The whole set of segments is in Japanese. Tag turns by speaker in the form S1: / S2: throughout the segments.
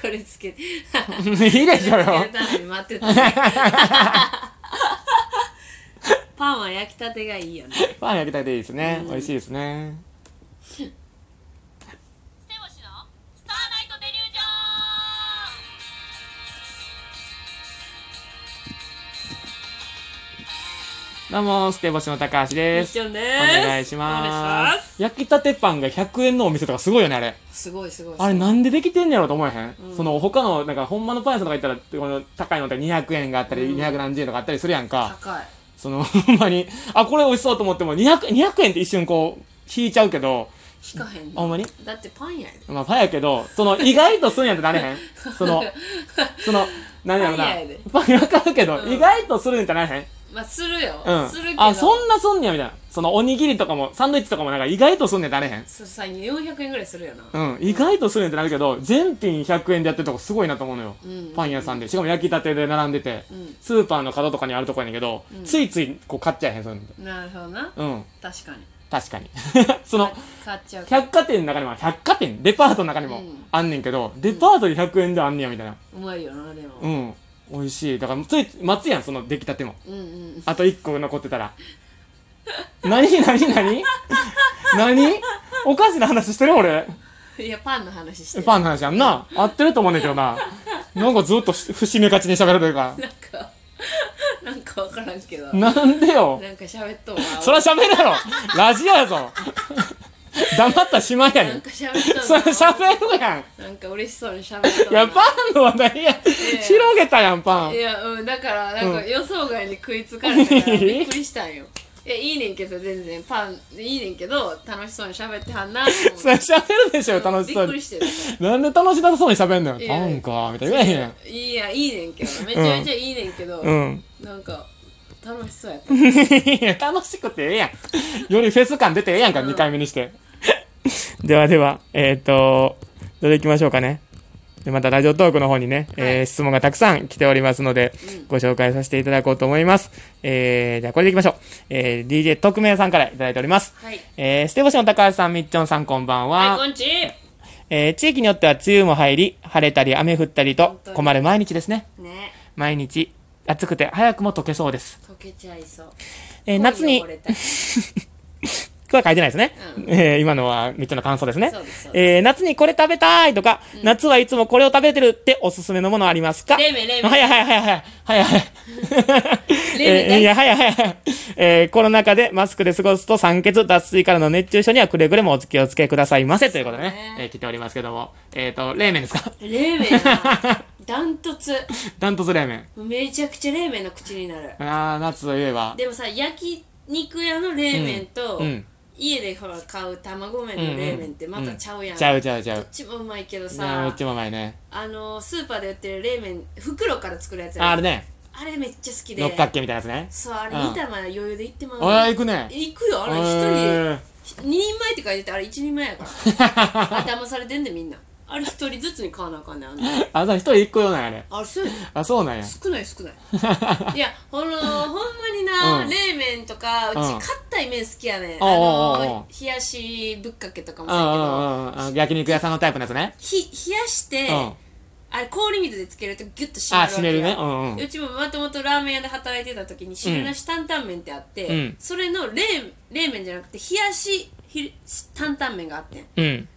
S1: これつけて
S2: いいでしょう
S1: つ
S2: よ
S1: けるために待ってたパンは焼きたてがいいよね
S2: パン焼きたていいですね美味しいですね
S3: ステボシのスターナイトデリュージョン
S2: どうもステボシの高橋です
S1: 一緒で
S2: お
S1: す
S2: 願いしま
S1: お願いし
S2: す焼きたてパンが100円のお店とかすごいよねあれ
S1: ますすごいすごい
S2: あれ
S1: すごい
S2: なんでできてんねやろと思えへん、
S1: うん
S2: その他のなんかほんまのパン屋さんとか行ったらこの高いのって200円があったり、
S1: うん
S2: 200何十円とかあったりするやんか
S1: 高い
S2: そのほんまにあこれ美味しそうと思っても 200, 200円って一瞬こう引いちゃうけど
S1: 引かへん
S2: あほんまに
S1: だってパンやで
S2: まあパンやけどその意外とすんやんってなれへんそのその何やろな
S1: パンやで
S2: パンやかるけど、
S1: うん
S2: 意外とするんってなれへん
S1: まあするよ、
S2: うん
S1: するけど
S2: あそんなすんねやみたいなそのおにぎりとかもサンドイッチとかもなんか意外とすんねんってなれへん
S1: それさ400円ぐらいするよな、
S2: うん、意外とするんやってなるけど全品100円でやってるとこすごいなと思うのよ、
S1: うん
S2: パン屋さんでしかも焼きたてで並んでて、
S1: うん
S2: スーパーの角とかにあるとこやねんけど、
S1: うん
S2: ついついこう買っちゃえへんそういうのって
S1: なるほどな
S2: うん
S1: 確かに
S2: 確かに その
S1: 買っちゃうから
S2: 百貨店の中にも百貨店デパートの中にも
S1: うん
S2: あんねんけど、デパートで100円であんねやみたいな
S1: うまいよなでも、
S2: うん、美味しいだからつい待つやんその出来たても
S1: うんうん
S2: あと1個残ってたら何何何何おかしな話してる俺
S1: いやパンの話してる
S2: パンの話やんな合ってると思うねんけどななんかずっとし節目勝ちに喋るというか
S1: なんかなんかわからんけどなんか
S2: なんでよ
S1: 喋っとうわ
S2: そら喋るやろラジオやぞ黙ったらしまいや
S1: な
S2: ね
S1: ん
S2: ん
S1: か喋っとう
S2: そ
S1: な
S2: ら喋るやん
S1: なんか嬉しそうに喋っとう
S2: い
S1: な
S2: やパンの話題や広げたやんパン
S1: いやうんだからなんか
S2: う
S1: 予想外に食いつかれたからびっくりしたんよ いやいいねんけど全然パンいいねんけど楽しそうに喋ってはんなと思
S2: そら喋るでしょ
S1: って
S2: 楽しそ
S1: びっ
S2: う
S1: く
S2: に
S1: りしてる
S2: なんで楽しなさそうに喋んの
S1: い
S2: よ
S1: や
S2: パンかみたいな言えへんやん
S1: いやいいねんけどめちゃめちゃいいねんけど、
S2: うん
S1: なんか楽しそうやった
S2: いや 楽しくてええやん。よりフェス感出てええやんか、
S1: うん
S2: 2回目にして。 ではでは、えっ、と、どれ行きましょうかね。でまたラジオトークの方にね、えー
S1: はい
S2: 質問がたくさん来ておりますので、
S1: うん
S2: ご紹介させていただこうと思います。えー、じゃあこれでいきましょう。えー、DJ 特命さんからいただいております。
S1: はい
S2: えー、ステボシの高橋さん、みっちょんさん、こんばん
S1: は
S2: は。
S1: いこんち
S2: えー、地域によっては梅雨も入り、晴れたり雨降ったりと
S1: 本当に
S2: 困る毎日ですね。
S1: ね
S2: 毎日、暑くて早くも溶けそうです。
S1: 溶けちゃいそう
S2: えー、夏に
S1: 恋が、溺れたい
S2: これは書いてないですね。
S1: うん
S2: えー今のはめっちゃの感想ですね。
S1: そうですそう
S2: えー夏にこれ食べたいとか、夏はいつもこれを食べてるっておすすめのものありますか
S1: 冷麺冷麺
S2: はいはいはいはい。はいはい。
S1: 冷麺大好き
S2: えーいや、はいはいはい。えーコロナ禍でマスクで過ごすと酸欠、脱水からの熱中症にはくれぐれもお気をつけくださいませということで
S1: そう
S2: ね
S1: ね、
S2: えー来ておりますけども。えっ、と、冷麺ですか
S1: 冷麺はダントツ
S2: ダントツ冷麺。
S1: めちゃくちゃ冷麺の口になる
S2: あー、夏といえば。
S1: でもさ焼肉屋の冷麺と、
S2: うん。
S1: 家でほら買う卵麺の冷麺ってまたちゃうやん、
S2: ちゃうちゃうちゃ
S1: ど
S2: う
S1: っ。ちもうまいけど
S2: なめっ
S1: さ
S2: ちゃうまいね。
S1: あのスーパーで売ってる冷麺袋から作るやつやん
S2: ああれね、
S1: あれめっちゃ好きで
S2: 六角形みたいなやつね。
S1: そうあれ
S2: うん
S1: 見たま余裕で行ってまうの
S2: あー、行くね。
S1: 行くよあれ一人で2人前って書いててあれ1人前やから あ騙されてんでみんなあれ一人ずつに買わなあかんねんあんな
S2: あ、そう、一人一個よなんやね。
S1: あれそうやねん
S2: あ、そうなんや。
S1: 少ない少ない いやほのほんまにな、
S2: うん
S1: 冷麺とかうち
S2: うん
S1: 硬い麺好きやねん
S2: おう
S1: あ
S2: おうおう
S1: の冷やしぶっかけとかも
S2: う
S1: そ
S2: ん
S1: う
S2: う
S1: やけど
S2: んうんうんあ。焼肉屋さんのタイプのやつね。
S1: ひ冷やして、
S2: うん。
S1: あれ氷水でつけるとギュッと締めるわ
S2: あ、
S1: け
S2: 閉めるね。う
S1: よ
S2: んうん。
S1: うちももともとラーメン屋で働いてた時に汁なし担々麺ってあって、
S2: うん
S1: それの冷冷麺じゃなくて冷やしひ担々麺があってん
S2: うん。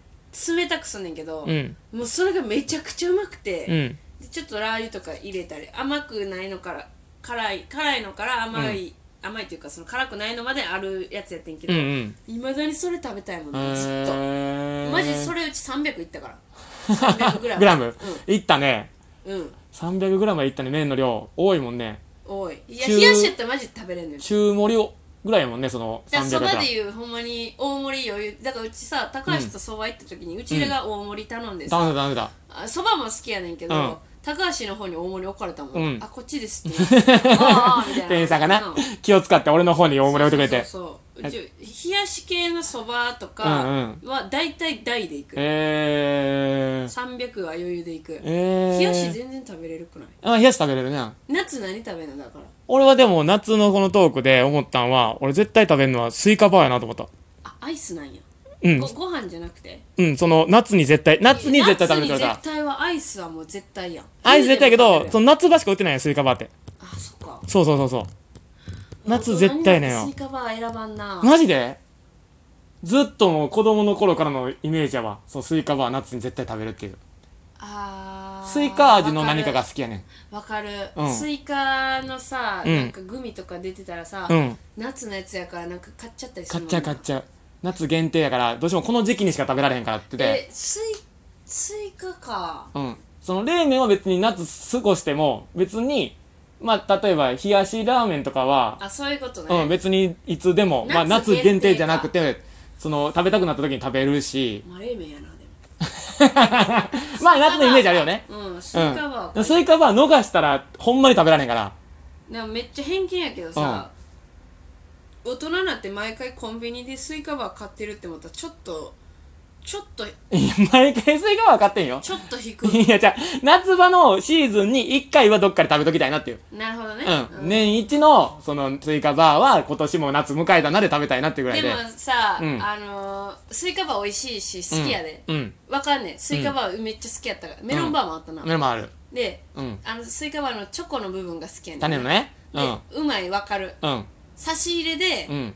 S1: 冷たくすんねんけど、
S2: うん。
S1: もうそれがめちゃくちゃうまくて、
S2: うん。
S1: でちょっとラー油とか入れたり甘くないのから辛い辛いのから甘い、甘いというかその辛くないのまであるやつやってんけ
S2: う
S1: ど
S2: んう
S1: い
S2: ん。
S1: ま、未だにそれ食べたいもん
S2: え
S1: ねずっと
S2: ー
S1: マジそれうち300いったから300グラム
S2: グラムいったね。
S1: うん、うん、
S2: 300グラムはいったね、麺の量。多いもんね。
S1: 多いいや
S2: 中
S1: 冷やしやったらマジで食べれんのよ
S2: 中盛りをぐらいやもんね、その
S1: じゃあそ
S2: 300グ
S1: ば
S2: ラム
S1: で。いうほんまに大盛り余裕だからうちさ高橋とそば行った時にうちらが大盛り頼んでさ
S2: 頼んだ頼んだ。
S1: あそばも好きやねんけど、
S2: うん
S1: 高橋の方に大盛り置かれたもん、
S2: うん
S1: あこっちですって言われて ああみたいな
S2: 店員さんが
S1: う
S2: な、気を使って俺の方に大盛り置いてくれて。
S1: そうそうそううち冷やし系のそばと
S2: うん
S1: かは大体大でいく、
S2: えー。
S1: 300は余裕でいく、
S2: えー。
S1: 冷やし全然食べれるくない
S2: あ、冷やし食べれるね。
S1: 夏何食べるのだから
S2: 俺はでも夏のこのトークで思ったんは、俺絶対食べるのはスイカバーやなと思った。
S1: あアイスなんや
S2: うん
S1: ごご飯じゃなくて
S2: うん、その、夏に絶対、夏に絶対食べて
S1: 夏
S2: くだ
S1: に
S2: さ
S1: 絶
S2: い。
S1: 対はアイスはもう絶対やん
S2: アイス絶対やけど、そ
S1: そ
S2: の夏場しか売ってないよ、スイカバーって。
S1: あそっか
S2: そうそうそうそう。夏絶対なん
S1: ス
S2: よ
S1: イ。カバー選ばんな
S2: マジでずっともう子供の頃からのイメージやわ。そう、スイカバー夏に絶対食べるっていう。
S1: あー
S2: スイカ味の何かが好きやねん。
S1: わかる
S2: うん
S1: スイカのさ
S2: うん
S1: なんかグミとか出てたらさ
S2: うん
S1: 夏のやつやからなんか買っちゃったりする
S2: 買っ
S1: もん
S2: ちゃう買っちゃう。夏限定やから、どうしてもこの時期にしか食べられへんからって言って。
S1: えスイスイカか
S2: うん。その冷麺は別に夏過ごしても、別に、まあ、例えば冷やしラーメンとかは、
S1: あそういうことね
S2: うん、別にいつでも、まあ、
S1: 夏
S2: 夏
S1: 限定
S2: 限定じゃなくて、その、食べたくなった時に食べるし、
S1: まあ冷麺やなで
S2: まあ、夏のイメージあるよね。
S1: もうんスイ
S2: う
S1: カバー
S2: ん。スイカバー逃したら、ほんまに食べられへんから。
S1: なんかめっちゃ偏見やけどさ、大人になって毎回コンビニでスイカバー買ってるって思ったらちょっとちょっと
S2: いや、毎回スイカバー買ってんよ。
S1: ちょっと引く
S2: いや、じゃあ夏場のシーズンに一回はどっかで食べときたいなっていう。
S1: なるほどね、
S2: うん。年一の、その、スイカバーは、今年も夏迎えたなで食べたいなってぐらい
S1: で
S2: で。
S1: もさ、
S2: うん
S1: あのースイカバー美味しいし好きやで、
S2: うん。
S1: わかんねえスイカバーめっちゃ好きやったから、メロンバーもあったな、
S2: 目もある。
S1: で、
S2: うん
S1: あのスイカバーのチョコの部分が好きやねん
S2: 種のね。う
S1: で
S2: ん。
S1: うまいわかる
S2: うん。
S1: 差し入れで、
S2: うん。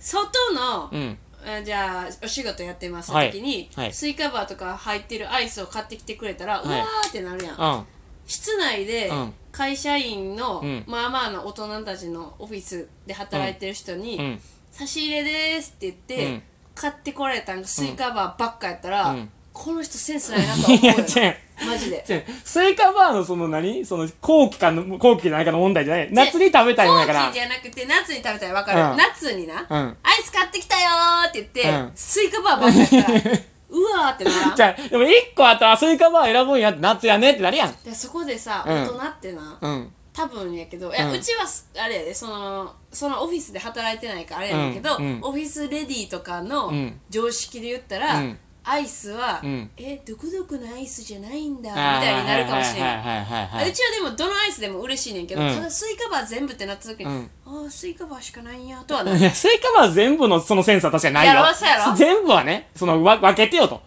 S1: 外の、
S2: うん。
S1: えーじゃあお仕事やってます
S2: はい
S1: 時に、
S2: はい
S1: スイカバーとか入ってるアイスを買ってきてくれたら、
S2: いう
S1: わーってなるやん、
S2: うん。
S1: 室内で
S2: うん
S1: 会社員の、
S2: うん
S1: まあまあの大人たちのオフィスで働いてる人に、
S2: うん。
S1: 差し入れですって言って、
S2: うん
S1: 買ってこられたんがスイカバーばっかやったら、
S2: うん
S1: この人センスないなと思うよ
S2: いや違う
S1: マジで
S2: じゃあスイカバーのその何その、後期かの、後期じゃないかの問題じゃない。 夏に食べたいもんやか
S1: コー
S2: ら
S1: ヒー。じゃなくて夏に食べたらわかる、
S2: うん
S1: 夏にな、
S2: うん
S1: アイス買ってきたよーって言って、
S2: うん
S1: スイカバーばっかやったらうわーってならん
S2: じゃあでも一個あったらスイカバー選ぶんやって夏やねってなるやん。
S1: でそこでさ、
S2: うん
S1: 大人ってな、
S2: うん。
S1: 多分やけどいや、
S2: う
S1: うんちはすあれやでそのそのオフィスで働いてないからあれやねんけど、
S2: うんうん
S1: オフィスレディーとかの
S2: うん
S1: 常識で言ったら、
S2: うん
S1: アイスは、
S2: うん
S1: えどこどこのアイスじゃないんだみ
S2: あー
S1: たいになるかもしれない。
S2: はいはいはいはい、は
S1: う
S2: い。
S1: ちはでもどのアイスでも嬉しいねんけど、
S2: うん
S1: ただスイカバー全部ってなった時に、
S2: うん
S1: ああスイカバーしかないんやとはなる
S2: いや、スイカバー全部のそのセンスは確かにないよ。
S1: やろそうやろ
S2: 全部はね、その、わ、分けてよと。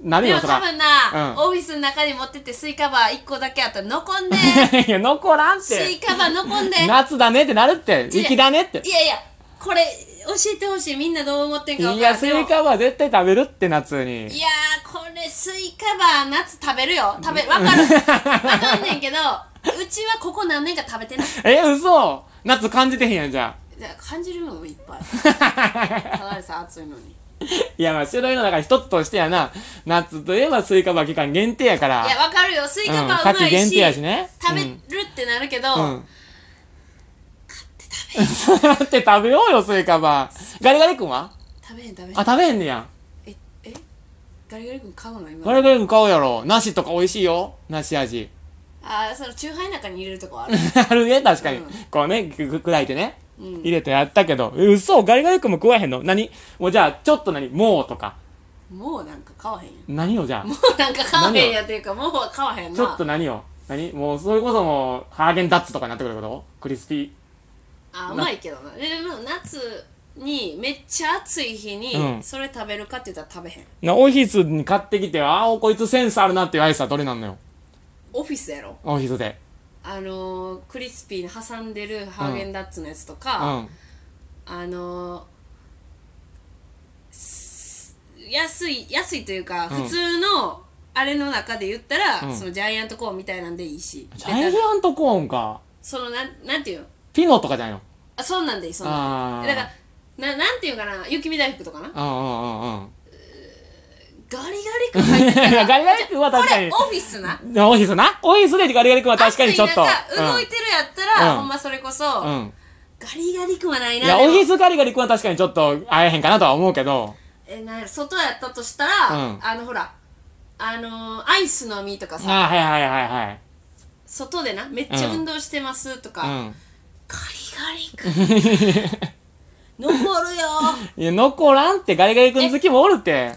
S2: なる
S1: で
S2: よ、
S1: も
S2: そ
S1: 多
S2: ら。
S1: 分な、
S2: う
S1: オ
S2: ん
S1: フィスの中に持ってってスイカバー1個だけあったら残 んで
S2: いや、残らんっ
S1: スイ
S2: て。
S1: カバー残んで
S2: 夏だねってなるって。
S1: 違う
S2: 粋だねって
S1: い。やいやこれ教えてほしいみんなどう思ってん
S2: い
S1: か分から
S2: や、
S1: ん
S2: ス
S1: でも
S2: イカバー絶対食べるって夏に。
S1: いやーこれスイカバー夏食べるよ食べわか るわかんねんけどうちはここ何年か食べてない
S2: え、嘘夏感じてへんやん、じゃ
S1: だから感じるのもいっぱいかなりさ暑いのにい
S2: あ。いや、まあ、種類の中で一つとしてやな。夏といえばスイカバー期間限定やから。
S1: やわかるよスイカバ
S2: うん、
S1: ー
S2: 夏
S1: うまい
S2: 限
S1: し,、
S2: 定やしね。
S1: 食べ
S2: う
S1: る
S2: ん
S1: ってなるけど、
S2: うん。 買って食べよう。って食べようよ、スイカバー。ガリガリ君は
S1: 食べへん食べへん
S2: あ、食べへんねやん。
S1: ええガリガリ君買うの今
S2: ガリガリ君買おうやろ。梨とか美味しいよ。梨味。
S1: あーそのチューハイの中に入れるとこある
S2: あるね、確かに。
S1: うん
S2: こうね、くく砕いてね。
S1: うん
S2: 入れてやったけど。え嘘、ガリガリ君も食わへんの何もうじゃあ、ちょっと何もうとか。
S1: もうなんか買わへんやん
S2: 何をじゃあ
S1: も、うなんか買わへんやっていうかもう買わへんな
S2: ちょっと何を何もう、それこそもう、ハーゲンダッツとかになってくることクリスピ
S1: あうまいけどなでも夏にめっちゃ暑い日
S2: うん
S1: にそれ食べるかって言ったら食べへん
S2: ー。な、オフィスに買ってきて、ああ、こいつセンスあるなっていうアイスはどれなんのよ。
S1: オフィスやろ
S2: オフィスで。
S1: あのー、クリスピーに挟んでるハーゲンダッツのやつと
S2: う
S1: か、
S2: ん。
S1: あのーす安い安いというか
S2: うん
S1: 普通のあれの中で言ったら、
S2: うん
S1: そのジャイアントコーンみたいなんでいいし
S2: ジャイアントコーンか。
S1: そのなんなんていうの
S2: ピノとかじゃんよ。
S1: あそんなんでいいそんな
S2: あ
S1: ん
S2: ー
S1: でだからななんていうかな雪見大福とかな
S2: うんうんうんうん。
S1: ガリガリ君入って たら
S2: ガリガリ君は確かに
S1: これオフィスな
S2: オフィスなオフィスでガリガリ君は確かにちょっと。
S1: 暑い中動いてるやったら、
S2: うん
S1: ほんまそれこそ、
S2: うん。うん。
S1: ガリガリ君はない
S2: い
S1: な
S2: や、オ
S1: で
S2: フ
S1: も
S2: ィスガリガリ君は確かにちょっと会えへんかなとは思うけど。
S1: えなんや外やったとしたら、
S2: うん
S1: あのほらあのーアイスの実とかさ
S2: ああ、はいはいはいはい。
S1: 外でなめっちゃ運動してますとか、
S2: うん。
S1: ガリガリ君残るよ
S2: いや、残らんってガリガリ君好きもおるって。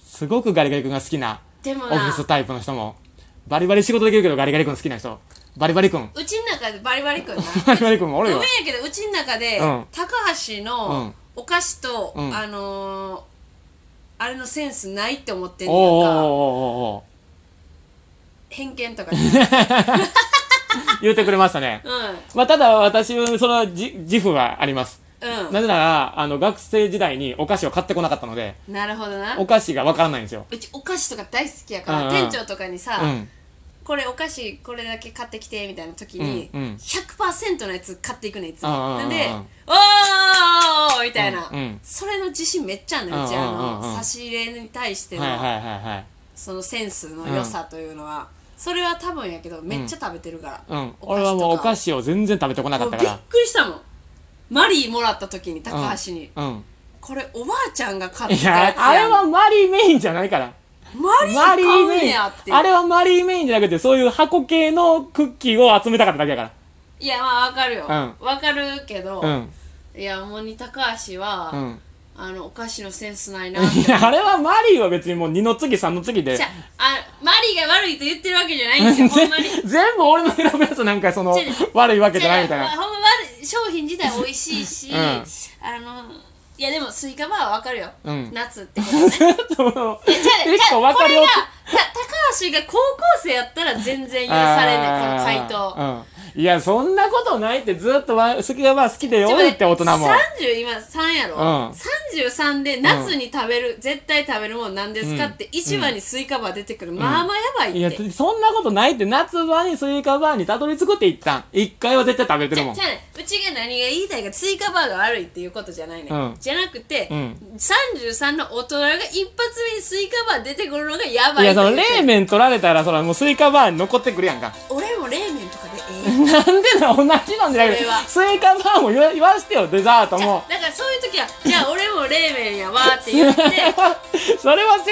S2: すごくガリガリ君が好きな。
S1: でも
S2: オ
S1: な
S2: フィスタイプの人も。バリバリ仕事できるけどガリガリ君好きな人。バリバリ君。
S1: うちの中でバリバリ君な
S2: バリバリ君もお
S1: ご
S2: る
S1: めん
S2: よ
S1: や。けどうちの中で、
S2: うん
S1: 高橋のお菓子と、
S2: うん
S1: あのーあれのセンスないって思ってん
S2: お
S1: ね
S2: ーおー
S1: やんか
S2: おーおーお
S1: 偏見とか じゃなくて
S2: ー言うてくれましたね。まあ、ただ私、そのじ自負はあります。
S1: うんう
S2: なぜなら、あの、学生時代にお菓子を買ってこなかったので、
S1: んなるほどな
S2: お菓子がわからないんですよ。
S1: うちお菓子とか大好きやか
S2: う
S1: ら
S2: んうん
S1: 店長とかにさ、
S2: うん。
S1: これお菓子これだけ買ってきてみたいな時に、
S2: うんうん
S1: 100%のやつ買っていくねいつ
S2: うんうんうん
S1: も
S2: うん
S1: なんで「おー!」みたいな、
S2: うんうん
S1: それの自信めっちゃあるのうちあ
S2: うんうんうん
S1: の差し入れに対しての、
S2: はいはいはいはい。
S1: そのセンスの良さというのは、それは多分やけどめっちゃ食べてるから、
S2: うん。俺はもうお菓
S1: 子
S2: 子を全然食べてこなか
S1: と
S2: った
S1: か
S2: か
S1: もうびっ
S2: ら。
S1: くりしたもんマリーもらった時に高橋に、
S2: うん。
S1: これおばあちゃんが買っ
S2: い
S1: てたや
S2: や、
S1: つやん
S2: あれはマリーメインじゃないから。
S1: マリー
S2: マリ
S1: 買
S2: ー
S1: うん
S2: メイン。
S1: や
S2: あ
S1: っていう
S2: れはマリーメインじゃなくて、そういう箱系のクッキーを集めたかっただけだか
S1: いやまあわかるよ
S2: うん
S1: わ、かるけど、
S2: ら。うん。
S1: いやもうに高橋は、
S2: うん。
S1: あのお菓子のセンスないなって
S2: いや、あれはマリーは別にもう2の次3の次で
S1: じゃ。あマリーが悪いと言ってるわけじゃないんですよほんまに
S2: 全部俺の選ぶやつなんかその
S1: 違う違う、
S2: 悪いわけじ
S1: じ
S2: ゃな
S1: ゃ
S2: い
S1: あ
S2: みたい
S1: まあ
S2: な。
S1: ほんま悪い商品自体美味しいし、
S2: うん
S1: あのいやでもスイカバーはわかるよ、
S2: うん
S1: 夏って ことね
S2: その
S1: いやじゃあじゃ
S2: 結構
S1: あ
S2: 分
S1: こ
S2: か
S1: れ
S2: り
S1: が
S2: よ
S1: た高橋が高校生やったら全然許されないこの回答
S2: 答。うん。いや、そんなことないって、ずっとわ好きがまあ好きでよ
S1: ちょ
S2: って大人も。
S1: 30今3やろ、
S2: うん
S1: 33で夏に食べる、絶対食べるもんなんですかって、市場にスイカバー出てくる、まあまあやばいって
S2: いや、そんなことないって、夏場にスイカバーにたどり着くって一旦。一回は絶対食べて
S1: じゃ
S2: るもん
S1: じ。ゃあねうちが何が言いたいかスイカバーが悪いっていうことじゃないね、
S2: うん
S1: じゃなくて、
S2: うん
S1: 33の大人が一発目にスイカバー出てくるのがやば
S2: い
S1: い
S2: や、そ
S1: と
S2: の、
S1: 言って
S2: 冷麺取られたら、そら、もうスイカバーに残ってくるやんか。
S1: 俺も冷麺とかでええ
S2: なんでな、同じなんじゃなく
S1: そ
S2: て
S1: れは、
S2: スイカバーも言わ言わしてよ、デザート
S1: じゃ
S2: も
S1: あ。だからそういう時は「じゃあ俺も冷麺やわ」って言って
S2: それはせ